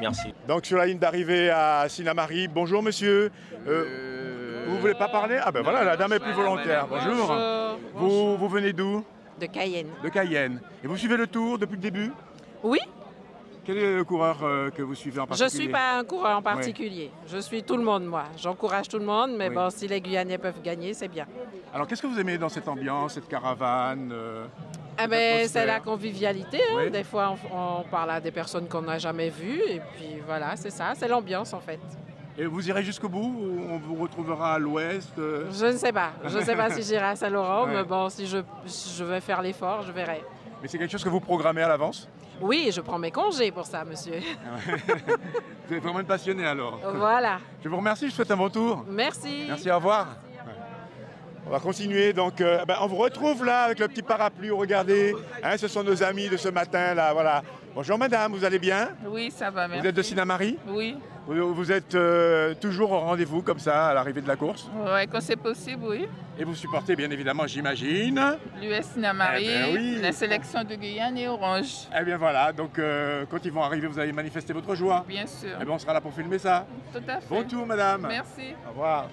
Merci. Donc sur la ligne d'arrivée à Sinamari, bonjour monsieur. Euh, vous voulez pas parler Ah ben voilà, la dame est plus volontaire. Bonjour. Vous, vous venez d'où de Cayenne. De Cayenne. Et vous suivez le tour depuis le début Oui, Quel est le coureur euh, que vous suivez en je ne particulier suis pas un coureur en particulier. Je suis tout le monde, moi. J'encourage tout le monde, mais Oui. bon, si les Guyanais peuvent gagner, c'est bien. Eh Alors qu'est-ce que vous aimez dans cette ambiance, cette caravane euh, Ah Cette ben, c'est atmosphère. la convivialité. hein. Oui. Des fois, on, on parle à des personnes qu'on n'a jamais vues, et puis voilà, c'est ça, c'est l'ambiance en fait. Et vous irez jusqu'au bout ou on vous retrouvera à l'ouest euh Je ne sais pas. Je ne sais pas si j'irai à Saint-Laurent, Ouais. mais bon, si je, si je vais faire l'effort, je verrai. Mais c'est quelque chose que vous programmez à l'avance Oui, je prends mes congés pour ça, monsieur. Vous êtes vraiment une passionnée alors. voilà. Je vous remercie, je vous souhaite un bon tour. Merci. Merci, au revoir. On va continuer, donc euh, ben, on vous retrouve là avec le petit parapluie, regardez, hein, ce sont nos amis de ce matin là, voilà. Bonjour madame, vous allez bien Oui, ça va, merci. Vous êtes de Sinamari Oui, vous, vous êtes euh, toujours au rendez-vous comme ça à l'arrivée de la course ouais, quand c'est possible, oui. Et vous supportez bien évidemment, j'imagine. L'US Eh Namari, ben oui. la sélection de Guyane et Orange, Eh bien voilà, donc euh, quand ils vont arriver, vous allez manifester votre joie. bien sûr. Eh bien on sera là pour filmer ça. Tout à fait. Bon tour madame Merci. Au revoir.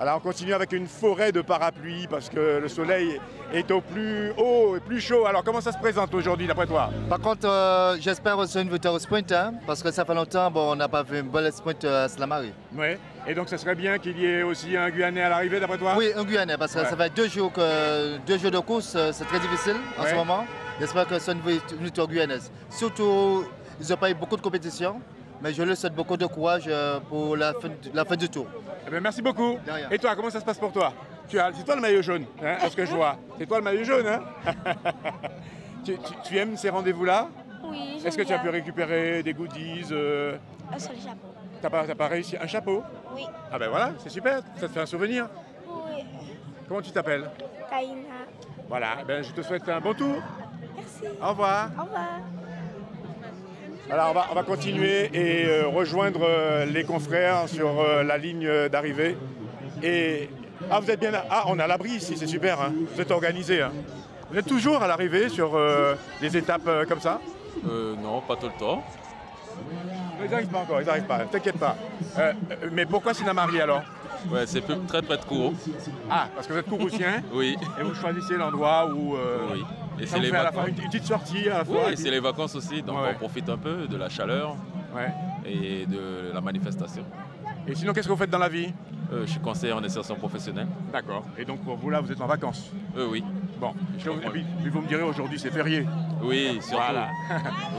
Alors on continue avec une forêt de parapluies parce que le soleil est au plus haut et plus chaud. Alors comment ça se présente aujourd'hui d'après toi Par contre, euh, j'espère aussi une victoire au sprint, hein, parce que ça fait longtemps bon, on n'a pas fait une belle sprint euh, à Slamari. Oui. Et donc ça serait bien qu'il y ait aussi un Guyanais à l'arrivée d'après toi Oui, un Guyanais, parce que Ah. Ouais. ça fait deux jours, que, deux jours de course, euh, c'est très difficile en Ouais. ce moment. J'espère que c'est une vict- une victoire guyanaise. Surtout, ils ont pas eu beaucoup de compétition, mais je leur souhaite beaucoup de courage euh, pour la fin, la fin du tour. Eh bien, merci beaucoup. De rien. Et toi, comment ça se passe pour toi Tu as, c'est toi le maillot jaune, hein, à ce que je vois. C'est toi le maillot jaune, hein tu, tu- tu aimes ces rendez-vous-là Oui, Ah, Est-ce que tu as pu récupérer des goodies euh, Sur le Japon. T'as pas, t'as pas réussi un chapeau Oui. Ah ben voilà, c'est super. Ça te fait un souvenir. Oui. Comment tu t'appelles Taïna. Voilà. eh Ben, je te souhaite un bon tour. Merci. Au revoir. Au revoir. Alors on va, on va continuer et euh, rejoindre euh, les confrères sur euh, la ligne euh, d'arrivée. Et ah vous êtes bien à- ah on est à l'abri ici, c'est super. hein. Vous êtes organisé. hein. Vous êtes toujours à l'arrivée sur euh, des étapes euh, comme ça Euh, non, pas tout le temps. Ils n'arrivent pas encore, ils n'arrivent pas. T'inquiète pas. Euh, euh, mais pourquoi Sinamari alors Ouais, c'est peu- très près de Kourou. Ah parce que vous êtes Courroucien Oui. et vous choisissez l'endroit où. euh, oui. Et ça c'est vous les fait à la vacances. fois une, une petite sortie à la fois. Oui, et et c'est les vacances aussi, donc Ouais. on profite un peu de la chaleur puis- ouais. et de la manifestation. Et sinon qu'est-ce que vous faites dans la vie Euh, je suis conseiller en insertion professionnelle. D'accord. Et donc pour vous là vous êtes en vacances. Euh, oui. Bon. Je vous, comprends. et puis- puis vous me direz aujourd'hui c'est férié. Oui, surtout. Voilà.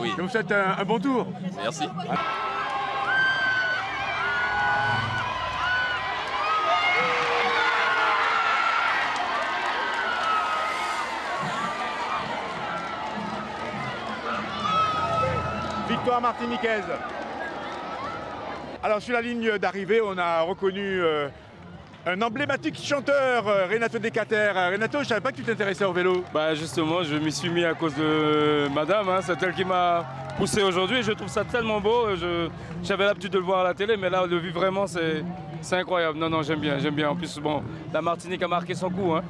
Oui, Je vous souhaite un, un bon tour. merci. Victoire martiniquaise. Alors sur la ligne d'arrivée, on a reconnu euh, un emblématique chanteur, euh, Renato Decater. Euh, Renato, je savais pas que tu t'intéressais au vélo. Bah justement, je m'y suis mis à cause de madame, hein, c'est elle qui m'a poussé aujourd'hui et je trouve ça tellement beau. euh, je- J'avais l'habitude de le voir à la télé, mais là, le vivre vraiment, c'est c'est incroyable. Non, non, j'aime bien, j'aime bien. En plus, bon, la Martinique a marqué son coup, hein,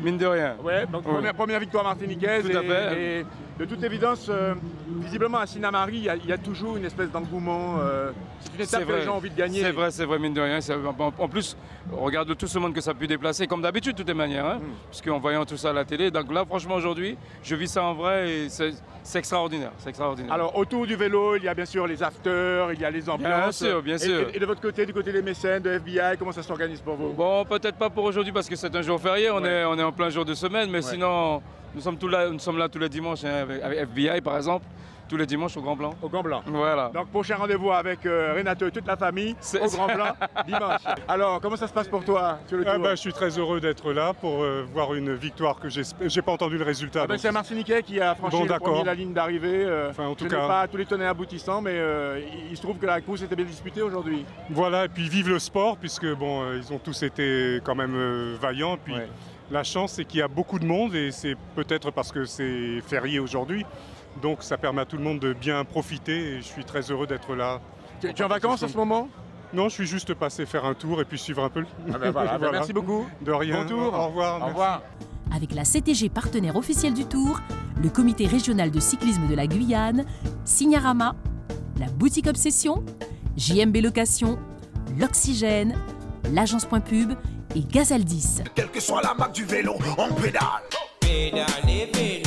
mine de rien. Ouais, donc Oui. Première, première victoire martiniquaise. Tout à et, fait. et de toute évidence, euh, visiblement à Sinamari, il y a- il y, a toujours une espèce d'engouement. euh, c'est une étape que les gens ont envie de gagner. C'est vrai, c'est vrai, mine de rien. c'est- En en plus, regarde tout ce monde que ça a pu déplacer, comme d'habitude, de toutes les manières, hein, Hmm. parce qu'en voyant tout ça à la télé. Donc là, franchement, aujourd'hui, je vis ça en vrai et c'est c'est extraordinaire. C'est extraordinaire. Alors autour du vélo, il y a bien sûr les afters, il y a les ambiances. sûr, bien Et- sûr. Et, et de votre côté, du côté des mécènes, de FBI, comment ça s'organise pour vous Bon, peut-être pas pour aujourd'hui parce que c'est un jour férié, on, Ouais. est, on est en plein jour de semaine, mais Ouais. sinon, nous sommes, tous là, nous sommes là tous les dimanches hein, avec, avec FBI par exemple, tous les dimanches au Grand Blanc. Au Gant Blanc. Voilà. Donc prochain rendez-vous avec euh, Renato et toute la famille C'est- au Grand Blanc dimanche. Alors comment ça se passe pour toi sur le Ah tour bah, je suis très heureux d'être là pour euh, voir une victoire que j'espère. J'ai pas entendu le résultat. Ah ben, donc- c'est un Martiniquais qui a franchi Bon, le d'accord. premier la ligne d'arrivée. euh, Enfin, en tout je cas. n'ai pas tous les tenants aboutissants, mais euh, il, il se trouve que la course était bien disputée aujourd'hui. Voilà, et puis vive le sport, puisque bon, euh, ils ont tous été quand même euh, vaillants. Puis Ouais. la chance, c'est qu'il y a beaucoup de monde, et c'est peut-être parce que c'est férié aujourd'hui. Donc ça permet à tout le monde de bien profiter, et je suis très heureux d'être là. Tu, tu es en vacances en ce moment Non, je suis juste passé faire un tour et puis suivre un peu. Ah ben, voilà. Ah ben, bah, Voilà. Merci beaucoup. De rien. Bon tour. Au revoir. Au merci. revoir. Avec la CTG partenaire officielle du Tour, le Comité régional de cyclisme de la Guyane, Signarama, la boutique Obsession, JMB Location, l'Oxygène, l'agence Point Pub et Gazal 10. Quelle que soit la marque du vélo, on pédale. Pédale et pédale.